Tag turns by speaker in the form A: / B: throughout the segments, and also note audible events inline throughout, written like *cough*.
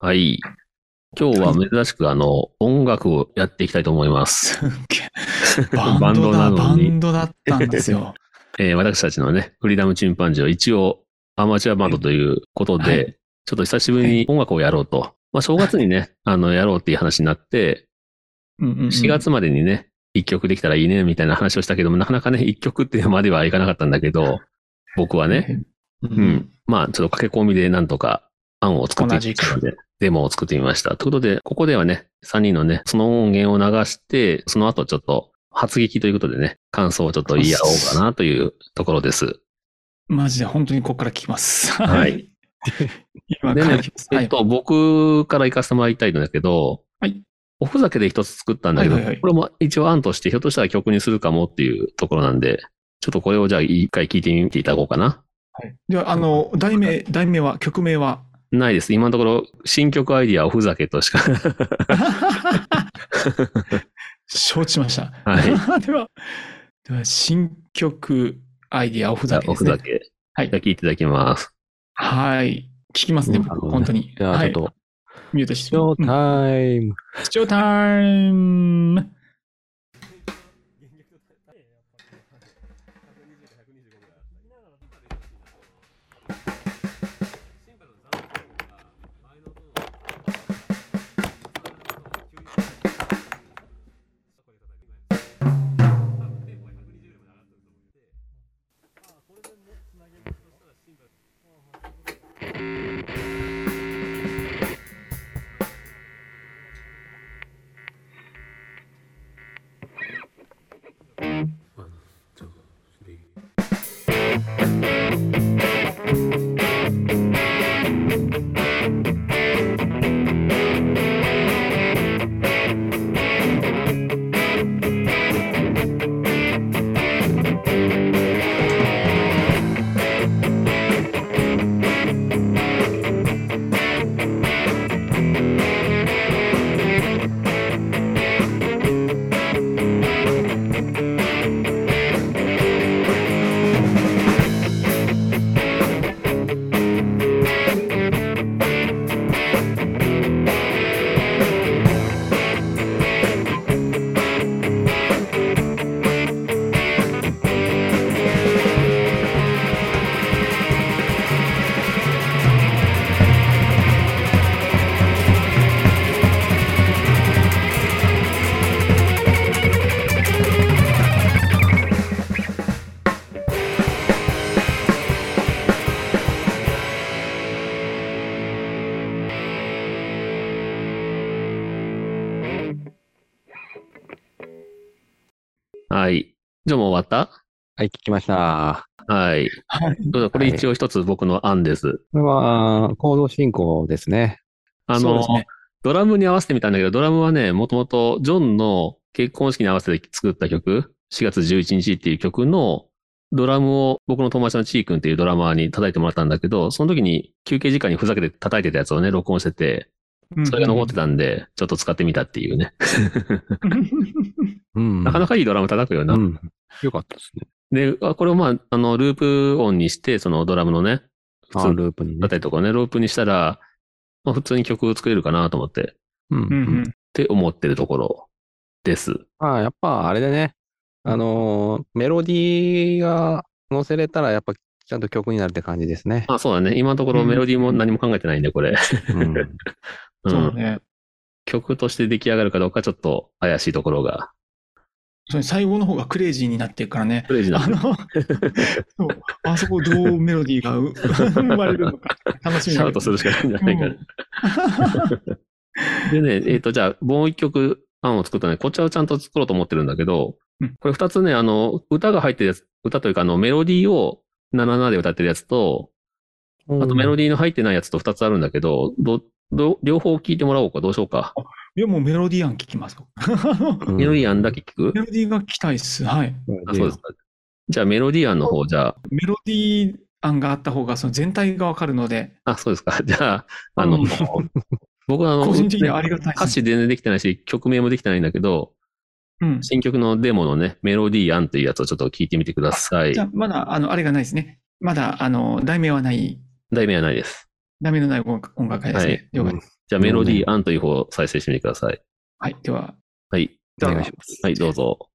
A: はい。今日は珍しくあの、音楽をやっていきたいと思います。
B: バンド
A: バンドな
B: だ、バ
A: のに
B: ンドだったんです
A: *laughs*
B: よ。
A: えー私たちのね、フリーダムチンパンジーは一応アマチュアバンドということで、
B: はい
A: ちょっと久しぶりに音楽をやろうと。まあ正月にね、あの、やろうっていう話になって、4
B: 4
A: 月までにね、一曲できたらいいね、みたいな話をしたけども、なかなかね、一曲っていうまではいかなかったんだけど、僕はね、。
B: う
A: うんん。まあ、ちょっと駆け込みでなんとか案を作ってみましたので、デモを作ってみました。ということで、ここではね、3人のね、その音源を流して、その後ちょっと発撃ということでね、感想をちょっと言い合おうかなというところです。
B: マジで本当にここから聞きます。
A: はい。
B: *laughs* 今
A: で
B: から
A: ね
B: 聞きます。は
A: えっ
B: い。
A: と、僕から行かせてもらいたいんだけど、
B: はい
A: おふざけで一つ作ったんだけど、
B: はいはいはい
A: これも一応案として、ひょっとしたら曲にするかもっていうところなんで、ちょっとこれをじゃあ一回聞いてみていただこうかな。
B: では、あの、題名、題名は、曲名は。
A: ないです。今のところ、新曲アイディアおふざけとしか。 *laughs*
B: 承知しました。。
A: はい
B: *laughs* では、では新曲、アイディア、おふざけ
A: お
B: です
A: ふざ
B: ね。
A: け。
B: はい
A: じゃあ聞いていただきます。
B: はい。聞きますね、
C: うん
B: 僕本当に。
C: じゃあ
B: は
C: ちょ
B: い
C: っと、
B: ミュートし
C: シ
B: て。
C: ョータイム。
B: 視聴タイム
A: はい。じゃあもう終わっ
C: はい、聞きました。
A: たはい。
B: はい。
A: どうぞこれ一応一つ僕の案です。
C: これは、行動進行ですね。
A: あ
B: そう
A: の、
B: ですね
A: ドラムに合わせてみたんだけど、ドラムはね、もともとジョンの結婚式に合わせて作った曲、4月11日っていう曲のドラムを僕の友達のちーくんっていうドラマーに叩いてもらったんだけど、その時に休憩時間にふざけて叩いてたやつをね、録音してて、それが残ってたんで、ちょっと使ってみたっていうね。
C: うん。
A: なかな
C: か、
A: かいいドラム叩くよな
C: う。ん。よかったですね。
A: で、あこれをまあ、あの、ループ音にして、そのドラムのね、普
C: あ
A: 通
C: ー
A: の
C: ループ
A: だ
C: にね
A: っ。たりとかね、ロープにしたら、まあ、普通に曲を作れるかなと思って、っ
C: う。
B: うんん
A: て思ってるところです。
C: まあ、やっぱ、あれでね、あのーメロディーが載せれたら、やっぱ、ちゃんと曲になるって感じですね。
A: まあそうだね。今のところメロディーも何も考えてないんで、これ。
C: うん。
B: うん、
A: う。
B: *laughs* そうんね。
A: 曲として出来上がるかどうかちょっと怪しいところが。
B: それ最後の方がクレイジーになってるからね。
A: クレイジー
B: あ
A: な。
B: の、そうあそこどうメロディーがう *laughs* 生まれるのか楽しみ
A: *laughs* シャウトするしかないんじゃないか
B: う
A: ら。でね、えっ、と、じゃあ、もう一曲案を作ったね。こっちはちゃんと作ろうと思ってるんだけど
B: うん、
A: これ二つね、あの、歌が入ってるやつ、歌というか、あの、メロディーを77で歌ってるやつと、あとメロデ
C: デ
A: ィーの入ってないやつと二つあるんだけど、ど、
D: ど両方聞いてもらおうか、どうしようか。
B: いや、もうメロディアン聞きます。あの
C: うん
D: メロディアンだけ聞く、
B: メロディーが聞きたいっす。はい。
D: あ、そうですか。じゃあメロディアンの方、じゃあ、
B: メロディー案があった方が、その全体がわかるので、
D: あ、そうですか。 *laughs* じゃあ、あの
B: うん、
D: *laughs* 僕はあの、
B: 個人的にはありがたいです
D: 歌詞全然できてないし、曲名もできてないんだけど、
B: うん。
D: 新曲のデモのね、メロディアンというやつをちょっと聞いてみてください
B: じゃ。あ、まだ、あの、あれがないですね。まだ、あの、題名はない、
D: 題名はないです。
B: 題名のない音楽音楽会ですね。了解です。
D: じゃあメロディアンという方を再生してみてください。
B: はい。では、
D: はい。
C: お願いします。
D: はい、どうぞ。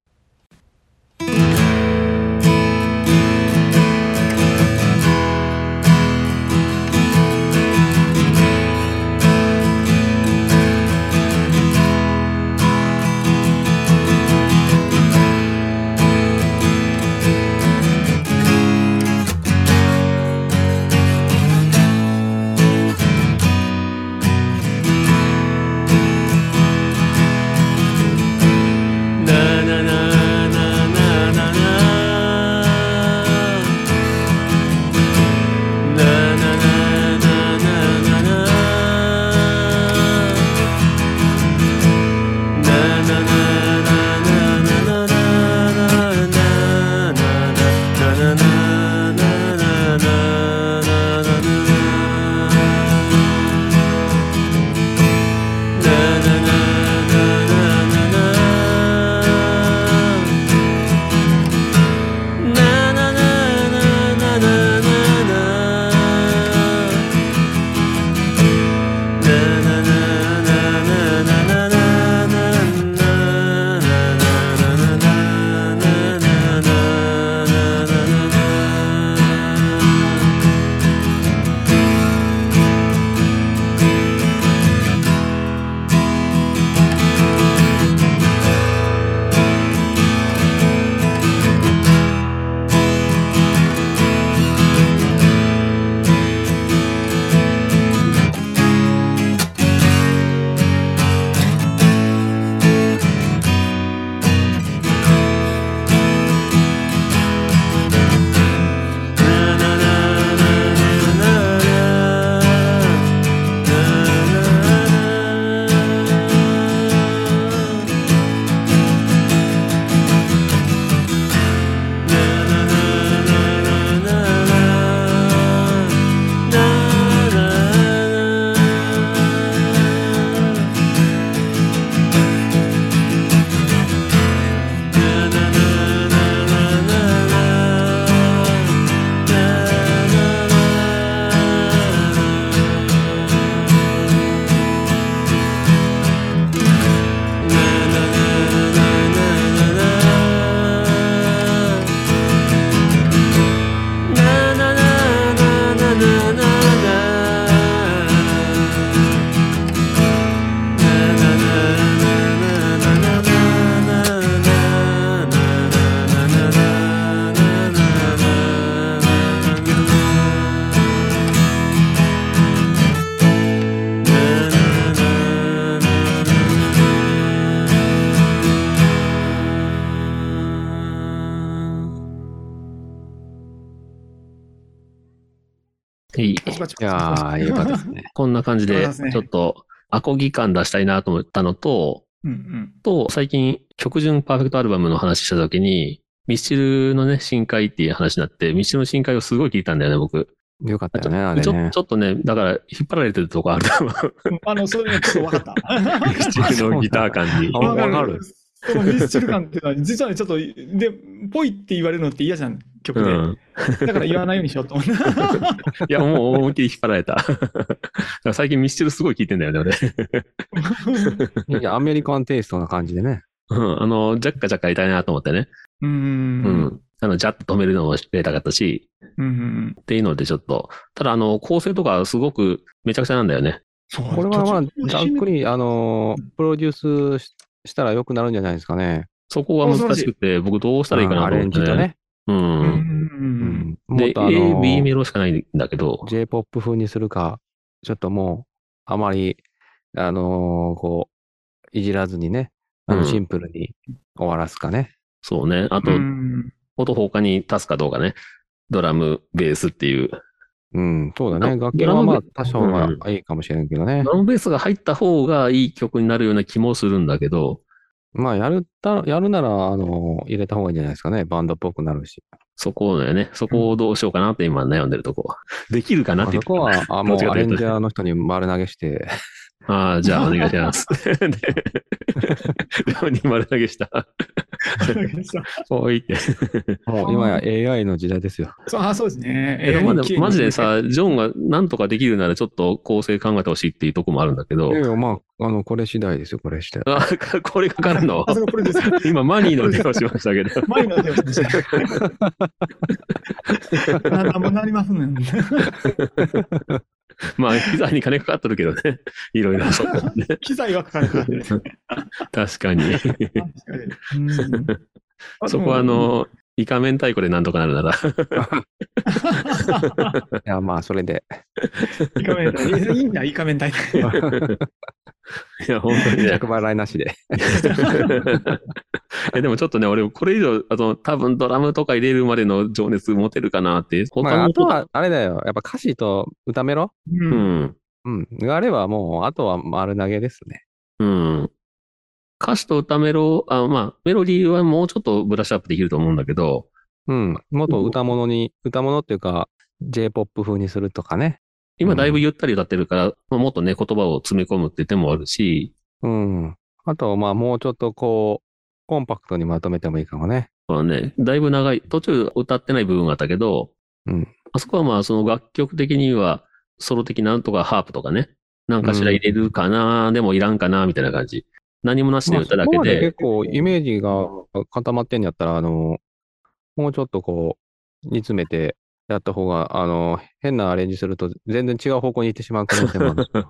D: はい。
B: パチパチパチ
C: いや
B: パチ
C: ー、よかったですね。
D: こんな感じ
B: そう
D: で、
B: ですね
D: ちょっと、アコギ感出したいなと思ったのと、
B: うんうん。
D: と、最近、曲順パーフェクトアルバムの話した時に、ミスチルのね、深海っていう話になって、ミスチルの深海をすごい聞いたんだよね、僕。
C: よかったよね、あれ
D: ちょ
C: ね
D: ち。ょっとね、だから、引っ張られてると *laughs* こあると思う。
B: *laughs* あの、それはちょっ
A: *laughs*
B: とわかった。
D: ミスチルのギター感に。
C: あわかる。
B: そのミスチル感っていうのは、実はね、ちょっと、で、ぽいって言われるのって嫌じゃん、曲で。
D: うん。
B: だから言わないようにしようと
A: *laughs*
B: 思って。
D: いや、もう思いっきり引っ張られた。 *laughs* だから最近ミスチルすごい聞いてんだよね、俺。
C: いやアメリカンテイストな感じでね。
D: うん。あの、ジャッカジャッカいたいなと思ってね。
B: うーん。
D: う。ん。あの、ジャッと止めるのもやりたかったし、
B: うんうん。
D: っていうのでちょっと。ただ、あの、構成とかすごくめちゃくちゃなんだよね。
B: そう
C: これはまあ、ざっく。
B: 途中
C: り、あのー、プロデュースししたら良くなるんじゃないですかね。
D: そこが難しくて、僕どうしたらいいかな
C: ア
D: と
C: レ
D: 思
C: ン
D: って
C: ジとね。
D: う
B: うんうん
D: ん。
C: う
B: うん。
C: ん。もっ
D: で、
C: とあの
D: A、B メ
C: ー、
D: ロしかないんだけど、
C: J-POP 風にするか、ちょっともう、あまり、あのー、こう、いじらずにね、あ
D: う
C: の
D: ん
C: シンプルに終わらすかね。
D: そうね。あと
B: う、ん
D: 音他に足すかどうかね。ドラム、ベースっていう。
C: うん、そうだね。
A: あ
C: 楽器はまあ多少
A: う
C: は
A: ん
C: いいかもしれないけどね
A: ド。ラムベースが入った方がいい曲になるような気もするんだけど、
C: まあ、やるた、やるなら、あの、入れた方がいいんじゃないですかね。バンドっぽくなるし。
A: そこだよね。そこをどうしようかなって今悩んでるとこ。できるかなっ
C: あ
A: て
C: そ
A: いう
C: こは、あ、も
A: ど
C: う
A: っちか
C: ア
A: とい
C: レ
A: うと
C: ンジャーの人に丸投げして、
A: ああ、じゃあお願いします。 *laughs* で、レオに丸投げした。おいって。
C: もう今や AI の時代ですよ。
B: そうあ、そうですね。
A: えまあでもマジで
B: あ
A: さ、ジョンがなんとかできるならちょっと構成考えてほしいっていうとこもあるんだけど
C: いや、いやまあ、あの、これ次第ですよ、これ
A: *laughs*
C: 次第。
A: あかこれかかる
B: *laughs*
A: の
B: それこれです。
A: 今、マニーの手をしましたけど。
B: 前の手をしました。ななんもなりますねん。
A: まあ、膝に金かかってるけどね。 *laughs* いろい
C: *laughs*
A: ろそうなんで。
B: *laughs* 機材はかかるからね。
A: 確かに。
B: 確かにうんあ
A: そこは、あ、の、イカ明太子でなんとかなるなら。
C: いや、まあ、それ
A: *laughs*
C: で。
B: イカメンタイ。いいんだ、イカメンタ
A: い
B: イ。
A: や、本当にね
C: 100。払いなしで。
A: *laughs* えでもちょっとね、俺、これ以上、あと、多分ドラムとか入れるまでの情熱持てるかなって。 *laughs* 他
C: まあ、
A: の
C: あ
A: こと
C: は、あれだよ。やっぱ歌詞と歌メロ
B: う。
A: うんん。
C: うん。があれば、もう、あとは丸投げですね。
A: うん。歌詞と歌メロ、あまあ、メロディーはもうちょっとブラッシュアップできると思うんだけど、
C: うん。もっと歌物に、歌物っていうか、J-POP 風にするとかね。
A: 今だいぶゆったり歌ってるから、まあもっとね、言葉を詰め込むって手もあるし、
C: うん。あと、まあ、もうちょっとこう、コンパクトにまとめてもいいかもね。
A: まあね、だいぶ長い、途中歌ってない部分があったけど、
C: うん
A: あそこはまあ、その楽曲的には、ソロ的なんとかハープとかね、なんかしら入れるかな、でもいらんかな、みたいな感じ。何もなしで
C: まあ
A: 歌だ
C: そこ
A: け
C: まで
A: で
C: 結、構、イメージが固まってんやったら、あの、もうちょっとこう、煮詰めてやった方が、あの、変なアレンジすると、全然違う方向に行ってしまう可能性もある。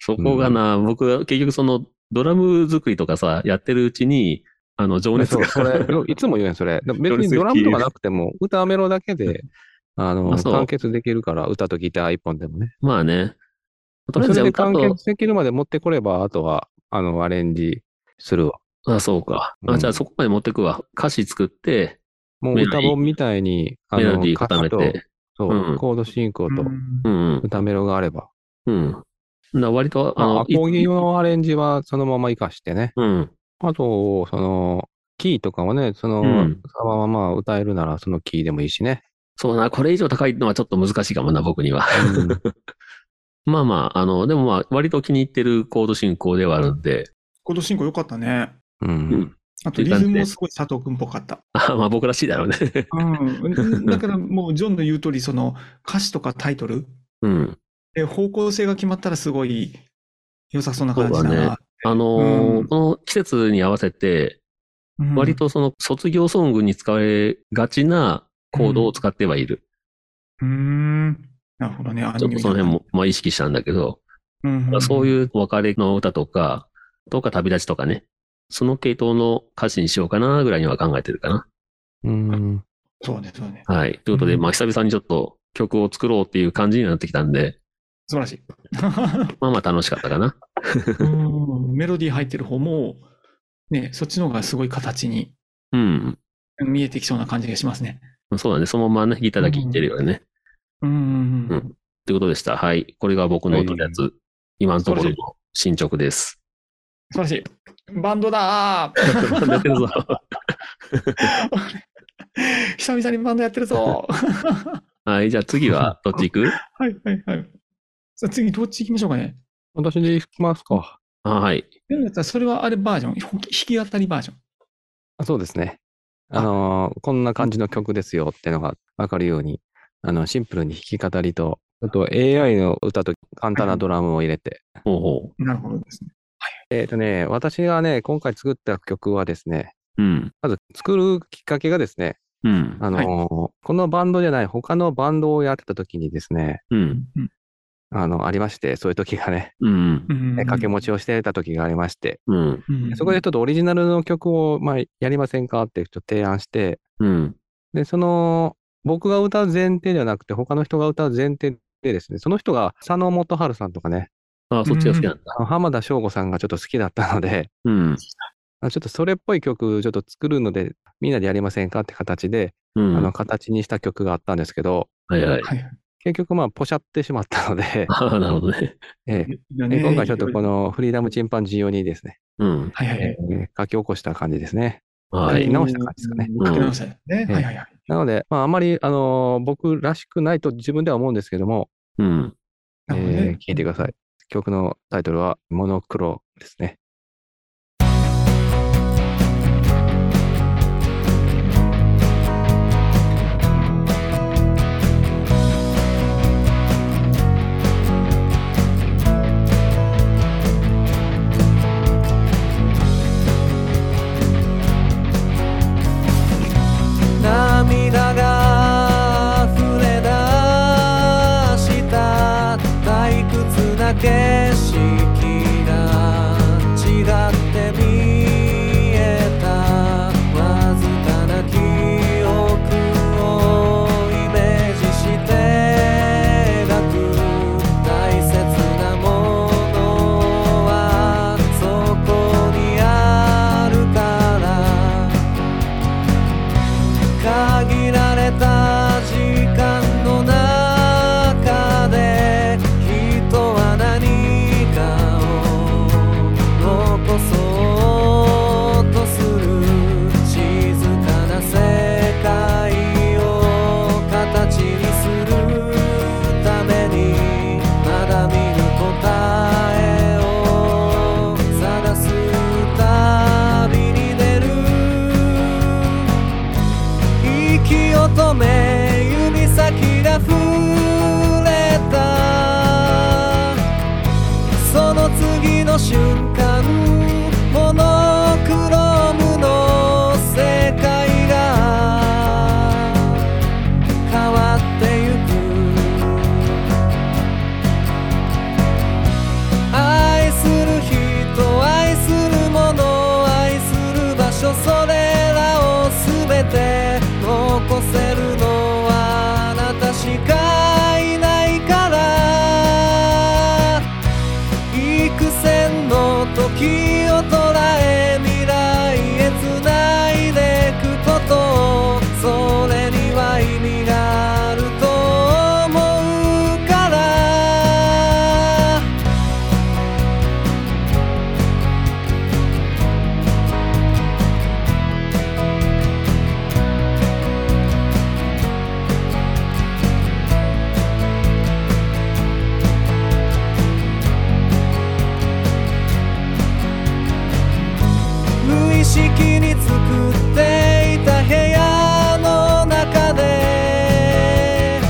A: そこがな、僕は結局そのドラム作りとかさ、やってるうちに、あの、 *laughs* 情熱
C: そう
A: が。
C: それ、いつも言うやん、それ。でも別にドラムとかなくても、歌メロだけで、あの、
A: あそう
C: 完結できるから、歌とギター一本でもね。
A: まあね。とりあ
C: そ
A: え
C: れ
A: ず
C: で
A: 歌
C: 完
A: と
C: 結、できるまで持ってこれば、あとは、あの、アレンジするわ。
A: あ、そうか。
C: う
A: あ
C: ん
A: じゃあそこまで持ってくわ。歌詞作って、
C: もう
A: メロディ
C: 歌
A: ー
C: 本みたいに、あ
A: メロ
C: の、
A: ディー
C: 歌
A: 固め
C: 詞と、
A: て。
C: そう、
A: うん
C: コード進行
A: う
C: と
A: んうん。
C: 歌メロがあれば。
A: うん。な割と、あ
C: まあ、
A: の、
C: アコーギ
A: い
C: ーのアレンジはそのまま活かしてね。
A: うん。
C: あと、その、キーとかもね、その、
A: うん
C: そのまま歌えるならそのキーでもいいし *laughs* ね。
A: そうだな、これ以上高いのはちょっと難しいかもな、僕には。 *laughs*
C: うん
A: まあまあ、あの、でもまあ、割と気に入ってるコード進行ではあるんで、
B: コード進行良かったね。
C: う
A: うんん。 *laughs*
B: あとリズムもすごい佐藤君っぽかった。
A: あまあ僕らしいだろうね。 *laughs*
B: うん。だからもうジョンの言う通り、その歌詞とかタイトル、
A: うん。
B: で方向性が決まったらすごい良さそうな感じだ
A: そうだね
B: な。
A: あのー
B: うん
A: この季節に合わせて、
B: うん
A: 割とその卒業ソングに使われがちなコードを使ってはいる。
B: うーん。なるほどね。
A: ちょっとその辺も、まあ、意識したんだけど、そう
B: う
A: いうお別れの歌とか、とか旅立ちとかね、その系統の歌詞にしようかなぐらいには考えてるかな。
C: うん。
B: ん。そうね、そうね。
A: はい。ということで、
B: うん
A: まあ久々にちょっと曲を作ろうっていう感じになってきたんで、
B: 素晴らしい。
A: まあまあ楽しかったかな。
B: うんメロディー入ってる方も、ね、そっちの方がすごい形に
A: うん。
B: 見えてきそうな感じがしますね。
A: そうだね。そのままね、ギターだけ弾いてるよね。
B: うん。
A: うんということでした。はい。これが僕の音のやつ、今のところの進捗です。
B: 素晴らしい。バンドだ *laughs* ー
A: 出てるぞ。
B: 久々にバンドやってるぞ
A: *laughs* はい。じゃあ次はどっち行く
B: はいはいはい。さあ次、どっち行きましょうかね。
C: 私で行きますか。
A: あはい。
B: でもさそれはあれバージョン、弾き弾き語りバージョン。
C: あそうですね。あのーこんな感じの曲ですよってのがわかるように、あの、シンプルに弾き語りと、あと AI の歌と簡単なドラムを入れて。
A: ほうほ
B: なるほどですね。
C: えっとね、私がね、今回作った曲はですね、
A: う。うん。
C: まず作るきっかけがですね、
A: うん。
C: あのーこのバンドじゃない他のバンドをやってた時にですね、
A: うん。
C: あの、ありまして、そういう時がね、
A: うん。
B: うん
C: え掛け持ちをしてた時がありまして、
A: うん。
B: うん
C: そこでちょっとオリジナルの曲を、まあ、やりませんかってちょっと提案して、
A: うん。
C: で、その、僕が歌う前提ではなくて、他の人が歌う前提でですね、その人が佐野元春さんとかね、
A: あ、そっちが好きなんだ。
C: あの浜田省吾さんがちょっと好きだったので、
A: うん。
C: あちょっとそれっぽい曲ちょっと作るので、みんなでやりませんかって形で、
A: う
C: あ
A: ん。
C: の、形にした曲があったんですけど、
A: はいはい。
B: はいはい。
C: 結局まあ、ポシャってしまったので、
A: ああ、なるほどね。
C: え
B: だ
C: え
B: ね
C: 今回ちょっとこのフリーダムチンパンジー用にですね、
A: うん。
B: はいはいはい。
C: ええ書き起こした感じですね。
A: は
C: 書き
A: い。
C: 直した感じですかね。
B: 書き直したね。
C: うん
B: はいはいはい。
C: なので、まあ、あんまり、あのー僕らしくないと自分では思うんですけども、
A: うん。
C: え
B: なるほど
C: ー
B: ね
C: 聞いてください。曲のタイトルは、モノクロですね。
D: 涙が溢れ出した退屈な景色が違って見えたわずかな記憶をイメージして描く大切なものはそこにあるから限られた時間の中で人は何かを残そうとする静かな世界を形にするためにまだ見ぬ答えを探す旅に出る息を止め指先が触れたその次の瞬間モノクロームの世界が変わってゆく愛する人愛するもの愛する場所それらを全て残せるのはあなたしかいないから幾千の時を捉え未来へつないでくことそれには意味があると思うから無意識に作っていた部屋の中で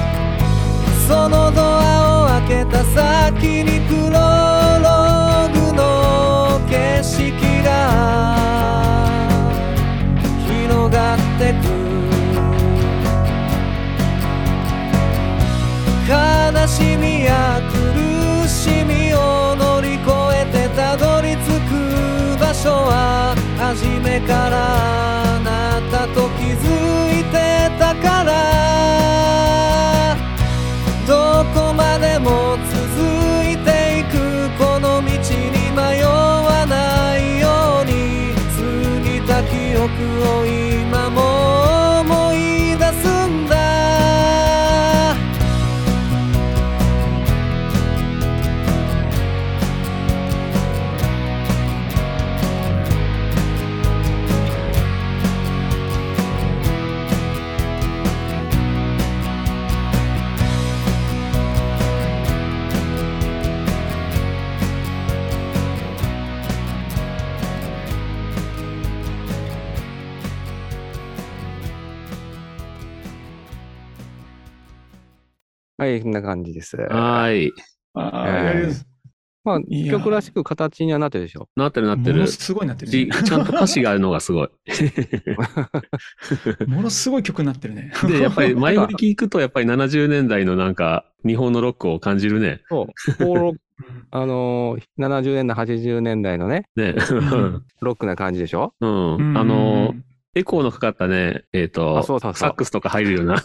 D: そのドアを開けた先にプロローグの景色が広がってく悲しみや苦しみを乗り越えてたどり着く場所は初めからあなたと気づいてたからどこまでも続いていくこの道に迷わないように過ぎた記憶を今も思い出すんだ
C: はい、こんな感じです。
A: はい。
B: ああ、
C: えー
B: やりやす
C: まあ、
B: いや
C: 曲らしく形にはなってるで
B: *laughs*
C: しょ。
A: なってるなって
B: もの
A: る。
B: すごいなってる
A: ち
B: ね。
A: ちゃんと歌詞があるのがすごい。
B: *laughs* ものすごい曲になってるね。
A: で、やっぱり前振り聞くと、やっぱり70年代のなんか、日本のロックを感じるね。
C: そう、フォーロあのー70年代、80年代のね、
A: ね。 *laughs*
B: ん
C: ロックな感じでし
B: *laughs*
C: ょ。
A: うん。
B: うん
A: あの、、エコーのかかったね、えっ、と
C: あ、そうそうそう
A: サックスとか入るような。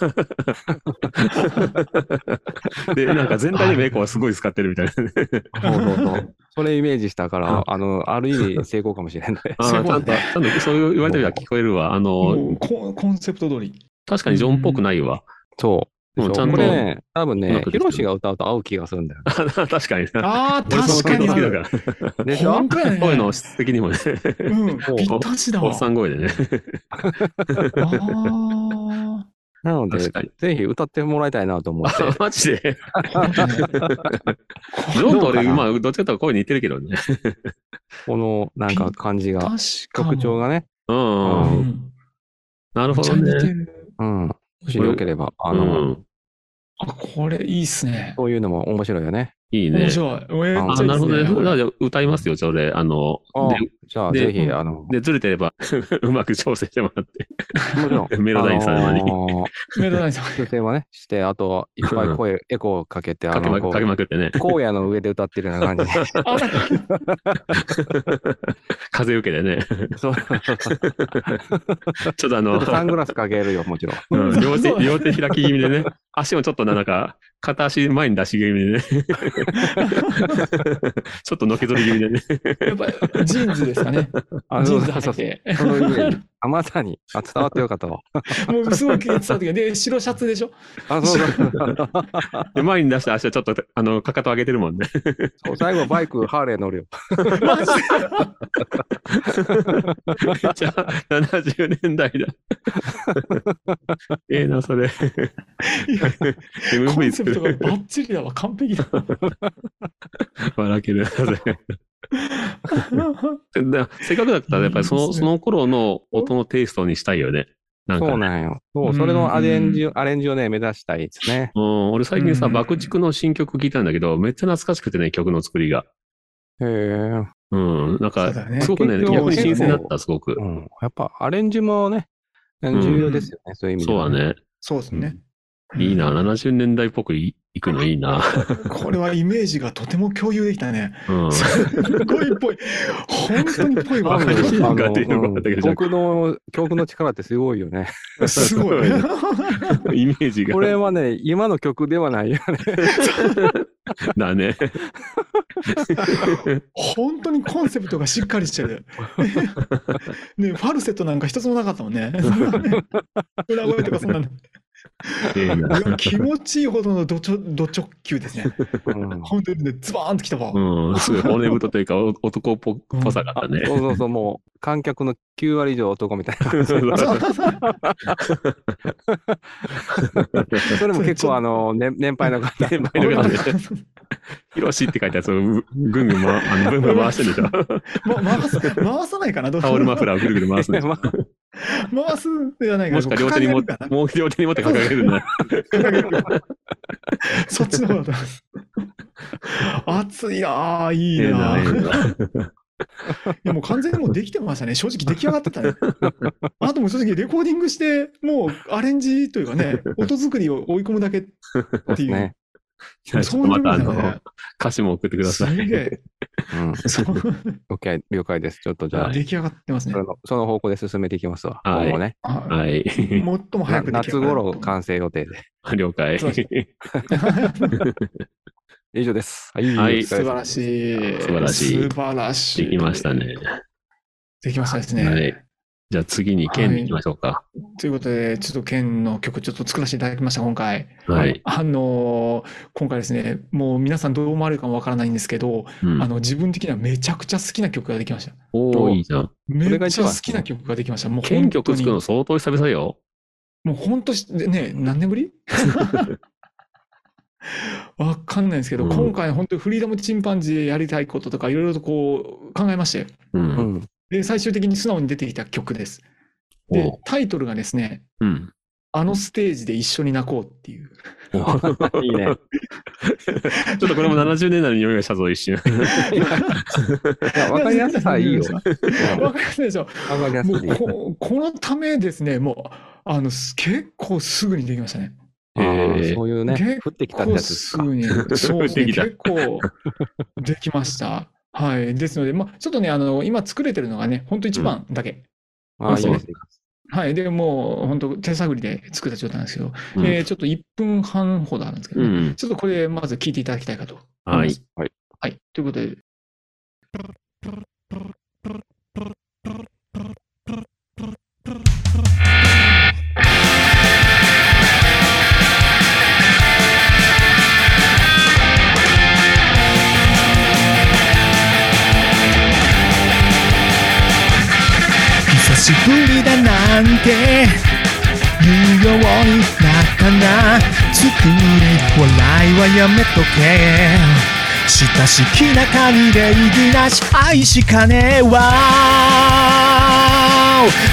A: で、なんか全体でもエコーすごい使ってるみたいなね。
C: そうそうそう。それイメージしたか
A: うん
C: ら、あの、ある意味成功かもしれない。
A: あーちゃんと、ちゃんとそう言われてみれば聞こえるわ。あ
B: も
A: の、
B: うコンコンセプト通り。
A: 確かにジョンっぽくないわ。 *laughs*
C: そでし
A: うんち
C: ょ
A: ゃんと
C: これね、多分
A: うま
C: ね
A: く、できて
C: ヒ
A: る
C: ロシが歌うと合う気がするんだよ。
A: 確かにな。
B: ああ、
A: 俺その
B: 確か
A: 系
B: に
A: 統
B: あ
A: 好きだ
B: る。
A: から。
C: でしょ
B: 本当やね。
A: 声の質的にもね、
B: うん、ぴったしだ
A: お
B: わ。
A: っさん声でね。
B: あー
C: なので、
A: 確かに
C: ぜひ歌ってもらいたいなと思
A: *laughs*
C: って。
A: マジで。ジョンと
C: どうか
A: 俺、
C: な
A: まあ、どっちかというと声似てるけどね。
C: このなんか感じが、
B: 確か
C: 曲
B: に。
C: 調がね。
A: うん
B: う
A: うん。
B: ん。
A: なる
B: め
A: ほ
B: っち
A: ど
B: ゃ似
A: ね。
B: てる。
C: うん。もし
A: これ
C: よければ、あ
A: う
C: の、
A: ん。
B: あ、これいいっすね。
C: そういうのも面白いよね。
A: いいね
B: 面。白い。めっ
C: あ
A: あ、
B: ちゃいい
A: な
B: っ
A: る
B: す
A: ほどね。
B: ね。
A: じゃあじゃあ歌いますよ、じゃあ俺。あの、
C: あ
A: で
C: じゃあ、
A: で
C: ぜひ、
B: うん
C: あの、
A: で、ずれてれば、 *laughs* うまく調整してもらって。
C: もちろ
A: *laughs*
C: ん。
A: メロダインさんのに
C: あのー
B: メドナイさん。
C: 修正はね、して、あと、いっぱい声、エコーかけて、あ
A: かけま
C: の、
A: く
C: こ
A: かけ
C: う
A: まくってね。
C: 荒野の上で歌ってるような感
A: *laughs*
C: じで。
B: あなんか
A: 風受けでね。 *laughs*
C: そうち
A: ちょっとあ
C: ょ
A: の
C: っと、サングラスかけるよ、もちろん。
A: うん両手
B: そう
A: 両手開き気味でね。足もちょっとなんか、片足前に出し気味でね。 *laughs* ちょっとのけぞり気味でね。
B: やっぱジーンズですかね。
C: あ
B: ジーン
C: そう
B: ズ
C: そ
B: 履
C: うそう
B: い。て。
C: そのイメー
A: *laughs*
C: ジあまさに、あ、伝わってよかったわ。
B: もうすごい気に入ってた時で、白シャツでしょ。
C: あ、そうそうそう。
A: で前に出した足はちょっと、あの、かかと上げてるも
B: *laughs*
A: んね。
C: そう最後、バイク、ハーレー乗るよ。
B: マジで
A: じゃあ、70年
B: *laughs*
A: 代だ。ええな、そ *laughs* れ。
B: コ
A: MV
B: ンセ
A: 作
B: プトが
A: る。
B: バッチリだわ。完璧だ。
A: 笑ける。だせっかくだったら、やっぱりそ
B: いい
A: の、
B: です
A: そ
B: ね
A: の頃の音のテイストにしたいよね。なんかね
C: そうなんよ。そうう、
B: ん
C: それのアレンジ、アレンジをね、目指したいですね。
A: うん、俺最近さ、
B: うん
A: 爆竹の新曲聞いたんだけど、めっちゃ懐かしくてね、曲の作りが。
C: へえ。
A: うん、なん
B: そ
A: か
B: う、だね
A: すごくね、
C: 結局
A: 逆に新鮮だった、すごく
C: う。ん。やっぱ、アレンジもね、重要ですよね、そういう意味で
A: そう
C: は。
A: だね。
B: そうですね。
A: いいな、70年代っぽくいいくのいいな。
B: これはイメージがとても共有できたね。
A: うん。
B: すごいっぽい。本当にっぽいわ
A: バ。カにしてるかっていう *laughs* のがあったけど
C: 僕の、教育の力ってすごいよね。
B: すご
C: *laughs*
B: い。
A: イメージが。
C: これはね、今の曲ではないよね。
A: だね。
B: 本当にコンセプトがしっかりして
A: *laughs*
B: る。ね、ファルセットなんか一つもなかったもんね。裏声とかそんなの。
A: ええない
B: や気持ちいいほどのどちょど直球ですね。
C: うん
B: 本当にね、ズバーンときたわ。
A: うん、すごい骨太というか、お男っぽっぽさがあったね。
C: そうそうそう、もう、観客の9割以上男みたいな。
B: そうそうそう
C: それも結構、あの、ね、年配の方。
A: 先輩の方
C: *laughs*
A: ね、ヒロシって書いてある、そのぐんぐん、ま、あのブンブン回してるでしょ。
B: ま回す回さないかな、どう
A: タオルマフラーをぐるぐる回すんでしょ *laughs*
C: まあ
B: 回すじゃないかな。
A: もしくは両手に持っ
B: 掲げる
A: て
B: か、な
A: もう両手に持って掲げるんだ。
B: そっちの方だと思います。熱いなあいい
A: ええ
B: なあ
A: ええ
B: いやもう完全にもうできてましたね。正直出来上がって
A: *laughs*
B: たね。あともう正直レコーディングして、もうアレンジというかね、音作りを追い込むだけっていう。
C: ね。
A: じゃあちょっとまたあの、歌詞も送ってくださ
B: す
A: い。
B: げえ。
C: うん。
B: そう
C: オッケー、了解です。ちょっとじゃあ、
B: 出来上がってますね
C: そ。のその方向で進めていきますわ。
A: はい
C: 今後ね。
B: は
A: はい。 *laughs*
B: い。最も
C: な
B: 早く出来
C: 夏
B: 上がる
C: 頃完成予定で。
A: 了解。
B: そうです
A: は
C: 以上です。はい
A: はい
B: *laughs* 素晴らしい。
A: 素晴らしい
B: 素晴らしい。
A: できましたね。
B: できましたですね。
A: はいじゃあ次に剣に行きましょうか。
B: ということで、ちょっと県の曲ちょっと作らせていただきました、今回。
A: はい。
B: あのー今回ですね、もう皆さんどう思われるかもわからないんですけど、
A: うん
B: あの、自分的にはめちゃくちゃ好きな曲ができました。
A: おー、いいじゃん。
B: め
C: れが
B: っ
C: 一
B: ちゃ
C: 番
B: 好きな曲ができました。もう
A: 剣
B: 本当
A: 曲
B: に
A: 作るの、相当久々よ。
B: もう本当し、ね、何年ぶ
C: *laughs*
B: りわかんないんですけど、
A: うん
B: 今回本当にフリーダムチンパンジーでやりたいこととかいろいろとこう考えまして、
A: う。
C: うんん。
B: で、最終的に素直に出てきた曲です。で
A: お、
B: タイトルがですね、
A: うん。
B: あのステージで一緒に泣こうっていう。
C: いいね。
A: ちょっとこれも70年代の匂いがしたぞ、一瞬。
C: いやわかりやす
B: *laughs*
C: さはいいよ。うん
B: わかりやすいでしょ。
C: わかりやす
B: も
C: いう
B: ここのためですね、もうあのす結構すぐにできましたね。
C: あー
A: えー
C: そういうね
B: 結、
C: 降ってきたって
B: 構
C: やつです
B: す
C: か。
B: ぐに、そう
C: *laughs*
B: ですね、
A: できた
B: 結構できました。はい。ですので、まあ、ちょっとね、あの、今作れてるのがね、ほんと1番だけ。
C: あーいいですね
B: はい。で、もう、本当手探りで作った状態なんですけど、
A: うん
B: えーちょっと1分半ほどあるんですけど
A: う
B: ね、
A: ん。
B: ちょっとこれ、まず聞いていただきたいかと思
A: はい
B: ま
A: い
B: す。。
C: はい
B: はい。ということで、
E: 「
B: しぶりだなんて言うようになったな月に笑いはやめとけ親しき中に礼儀なし愛しかねえわ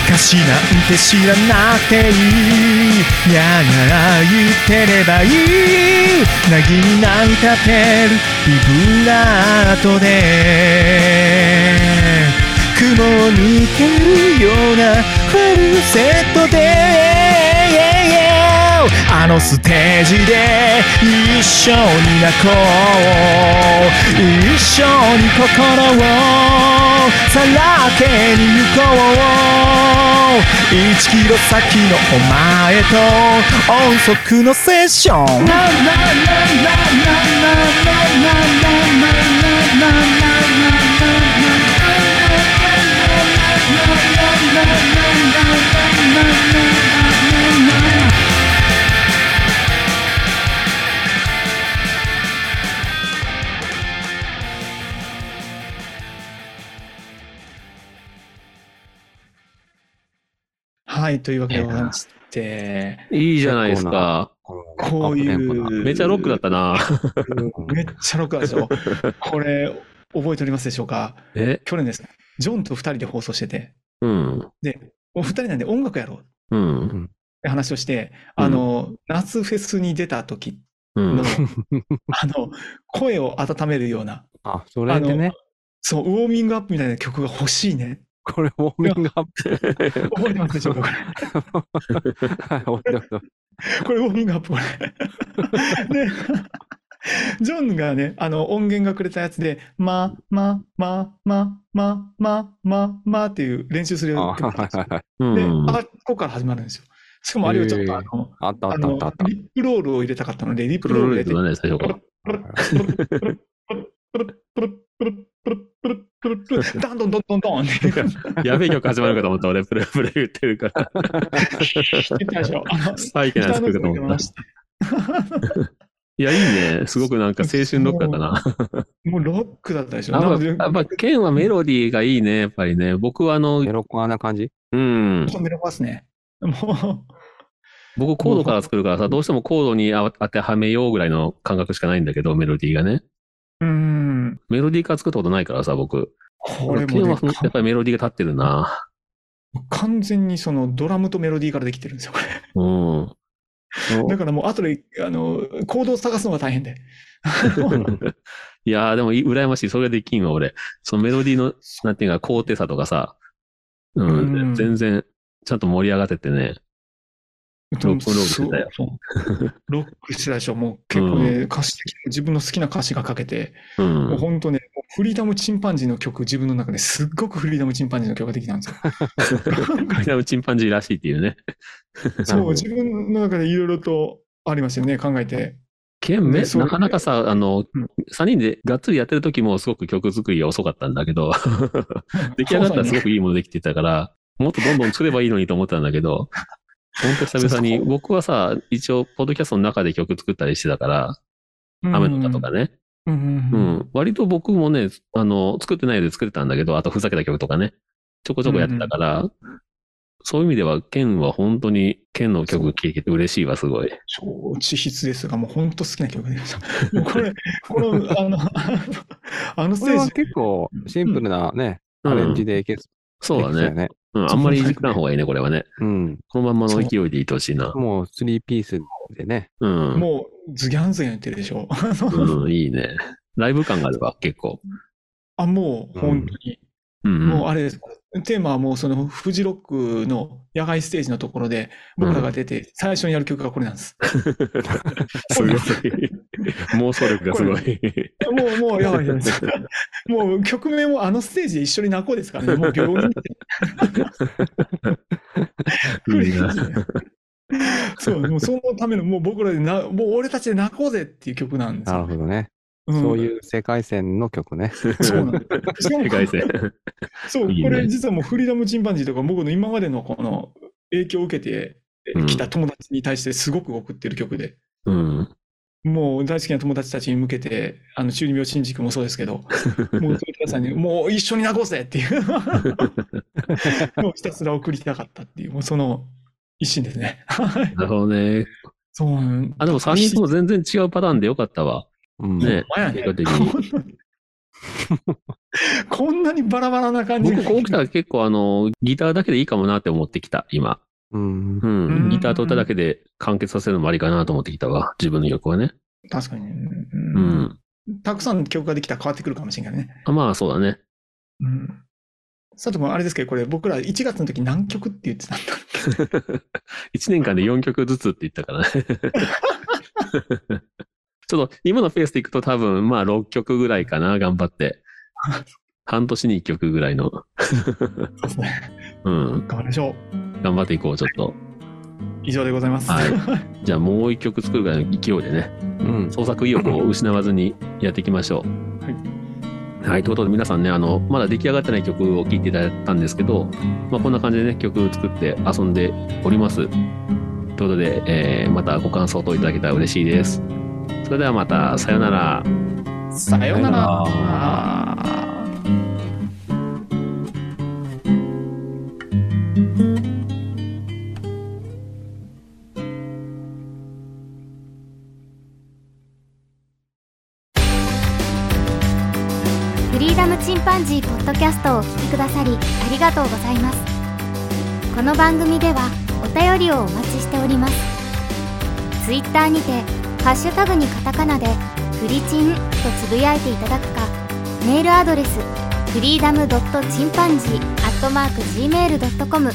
B: 歌詞なんて知らなくていいやなら言ってればいいなぎに泣いたてるビブラートで雲を抜けるようなフルセットであのステージで一緒に泣こう一緒に心をさらけに行こう1キロ先のお前と音速のセッションはい、というわけでございまして、
A: いいじゃないですか。
B: こういう。
A: めちゃロックだったな。
B: めっちゃロックなんです
C: *laughs*
B: よ。これ、覚えておりますでしょうか
A: え
B: 去年です。ジョンと2人で放送してて、
A: うん。
B: お2人なんで音楽やろうっ
A: うん。
B: て話をして、
A: うん
B: あの、夏フェスに出た時
A: うん
B: の、。 *laughs* あの、声を温めるような、
C: あ、それでね、
B: そう、ウォーミングアップみたいな曲が欲しいね。
C: これウォーミングアップ。
B: 覚えてますでしょうかこ
C: はいおいでおいで
B: れ、これウォーミングアップ、これ。で、 *laughs* ジョンがね、あの、音源がくれたやつで、ま、ま、ま、ま、ま、ま、ま、まっていう練習する
C: あ
B: 曲
C: は
B: があったんですよ
C: いはいはい
A: うん
B: で、あっこから始まるんですよ。しかもあれをちょっとあの、
C: あったあ
B: あ
C: ったあったあ
B: の
C: った。
B: リップロールを入れたかったので、リップ
A: プ
B: ロー
A: ロ
B: ルを
A: レ
B: 入
A: ー
B: れ
A: ト
B: て、
A: だね、最初から。
B: ダンドンドンドンドンって言っ
A: やべえ曲始まるかと思った、俺、プレプレ言ってる *laughs* から。
B: たでしょ。あの、
A: サイケなやつ来るかと思った。いや、いいね。すごくなんか青春ロックだったな。
B: もうロックだったでしょ。
A: や
B: な
A: っ
B: ん
A: ぱ、
B: で
A: やっぱケンはメロディーがいいね、やっぱりね。僕はあの
C: エ、ロコアな感じ
A: うん。
B: 飛んでますね。も
A: 僕コードから作るからさ、どうしてもコードにあ当てはめようぐらいの感覚しかないんだけど、メロディーがね。
B: う、うん。
A: メロディーから作ったことないからさ、僕。
B: これ
A: ケン
B: も
A: は
B: ね、
A: やっぱりメロディーが立ってるな。
B: 完全にそのドラムとメロディーからできてるんですよ、これ。
A: うん。
B: だからもう後で、あの、コードを探すのが大変で。
A: いやー、でもい、羨ましい。それができんわ、俺。そのメロディーの、なんていうか、高低差とかさ、うん、
B: うん
A: 全然、ちゃんと盛り上がっててね。ロックンロールしてたよ
B: そうロックしてたでしょ。もう結構ね、歌詞的に自分の好きな歌詞が書けて、
A: う。
B: もうんほんとね、もうフリーダムチンパンジーの曲、自分の中ですっごくフリーダムチンパンジーの曲ができたんですよ。
A: 階段のチンパンジーらしいっていうね。
C: なる
B: そ
C: ほ
B: う、
C: ど
B: 自分の中でいろいろとありましたよね、考えて。
A: ケン、め
B: ねそう
A: なかなかさ、あの、
B: うん
A: 3人でがっつりやってる時もすごく曲作りが遅かったんだけ
B: *laughs*
A: ど、出来上がったらすごくいいものできてたから、もっとどんどん作ればいいのにと思ったんだけど、ほんと久々に、
B: そうそう
A: 僕はさ、一応、ポッドキャストの中で曲作ったりしてたから、雨の歌とかね。
B: うん。うん
A: う
B: うん
A: ん。割と僕もね、あの、作ってないで作ってたんだけど、あとふざけた曲とかね、ちょこちょこやってたから、そういう意味では、ケンは本当に、ケンの曲聴けて嬉しいわ、すごい。
B: 超地筆ですが、もうほんと好きな曲ができました。もうこれ、この、あの、あのス
C: こ
B: テ
C: れは
B: ージ、
C: 結構シンプルなね、
A: うん
C: アレンジでいけそ
A: そうだ
C: できたよ
A: ね。うん、あんまりいじくらん方がいいね、これはね。
C: うん。
A: このまんまの勢いでいてほしいな。
C: もう3ピースでね。
A: うん。
B: もうズギャンズギャン言ってるでしょ。
A: うん、いいね。ライブ感があるわ、結構。
B: あ、もう本当に。
A: うん、うん。
B: もうあれです。テーマはもうそのフジロックの野外ステージのところで僕らが出て最初にやる曲がこれなんです。
A: すごい。妄想力がすごい。
B: もう、もうやばい *laughs* やばいです。もう曲名もあのステージで一緒に泣こうですからね。もう病院って。クレイジーですね *laughs* そう、もうそのためのもう僕らでな、もう俺たちで泣こうぜっていう曲なんです
C: なる
B: よ。
C: ほどね。
B: ん
C: そういう世界線の曲ね。
B: そうなんです。しかも
A: 世界線。
B: そう、
A: いいね
B: これ実はもうフリーダムチンパンジーとか僕の今までのこの影響を受けてきた友達に対してすごく送ってる曲で。
A: うん。
B: もう大好きな友達たちに向けて、あの、中二病新宿もそうです
A: *laughs*
B: けど、もう、皆さんに、もう一緒に泣こうぜっていう、もうひたすら送りたかったっていう、もうその一心ですね。はい
A: なるほどね。
B: そうなん
A: あ、でも3人とも全然違うパターンでよかったわ。
C: うん
A: ね
B: ほんまやね
A: 結果的に。
B: *laughs* こんなにバラバラな感
A: *laughs*
B: じ
A: 僕、こう来たら結構あの、ギターだけでいいかもなって思ってきた、今。
C: うん
A: う。。
B: うんん
A: ギターと歌だけで完結させるのもありかなと思ってきたわ。自分の曲はね。
B: 確かに、う
A: うんん。
B: たくさん曲ができたら変わってくるかもしれないね。
A: あまあ、そうだね。
B: うん。佐藤君、あれですけど、これ僕ら1月の時何曲って言ってたんだっけ
A: 1年間で4曲ずつって言ったからね。 *laughs* ちょっと、今のペースでいくと多分、まあ6曲ぐらいかな、頑張って。半年に1曲ぐらいの。
B: そうですね。
A: *laughs* うん。
B: 頑張りましょう。
A: 頑張っていこう、ちょっと。
B: 以上でございます。
A: はいじゃあもう一曲作るぐらいの勢いでね、
C: うん。
A: 創作意欲を失わずにやっていきましょう。
B: はい
A: はい。ということで皆さんね、あの、まだ出来上がってない曲を聴いていただいたんですけど、まあこんな感じでね、曲作って遊んでおります。ということで、えーまたご感想等いただけたら嬉しいです。それではまた、さようなら。
B: さような
C: さよう
B: ら。
F: フリーダムチンパンジーポッドキャストをお聞きくださりありがとうございますこの番組ではお便りをお待ちしておりますツイッターにてハッシュタグにカタカナでフリチンとつぶやいていただくかメールアドレスフリーダムドットチンパンジーアットマーク gmail.com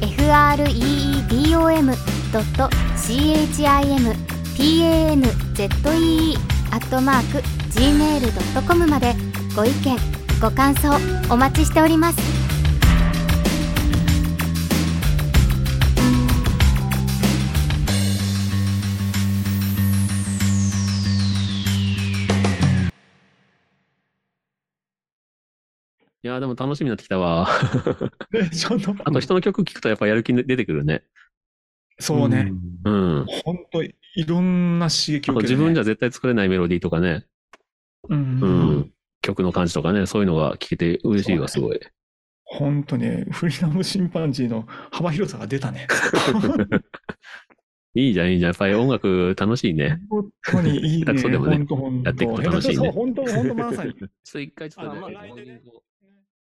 F: freedom ドット chimpanzee アットマーク gmail.com までご意見ご感想お待ちしております
A: いやーでも楽しみになってきたわ。
B: *laughs* ねちょっと、
A: あと人の曲聴くとやっぱやる気出てくるね。
B: そうね。
A: うん。
B: 本当いろんな刺激
A: あ
B: を
A: と
B: 受
A: 自
B: ける、ね。
A: 分じゃ絶対作れないメロディーとかね、
B: うん、
A: うん。曲の感じとかね、そういうのが聴けて嬉しいわ、すごい。
B: 本当ね、フリーダムチンパンジーの *laughs* 幅広さが出たね。
A: いいじゃん、いいじゃん。やっぱり音楽楽しいね。
B: 本当にいい
A: 下手
B: ね。
A: くそでもね
B: 本当本当
A: やっていくと楽しいね
B: 下手くそ本当本当まさに。
A: ちょっと一回ちょっと
C: あまあ
A: ね
C: 来年ね
A: こう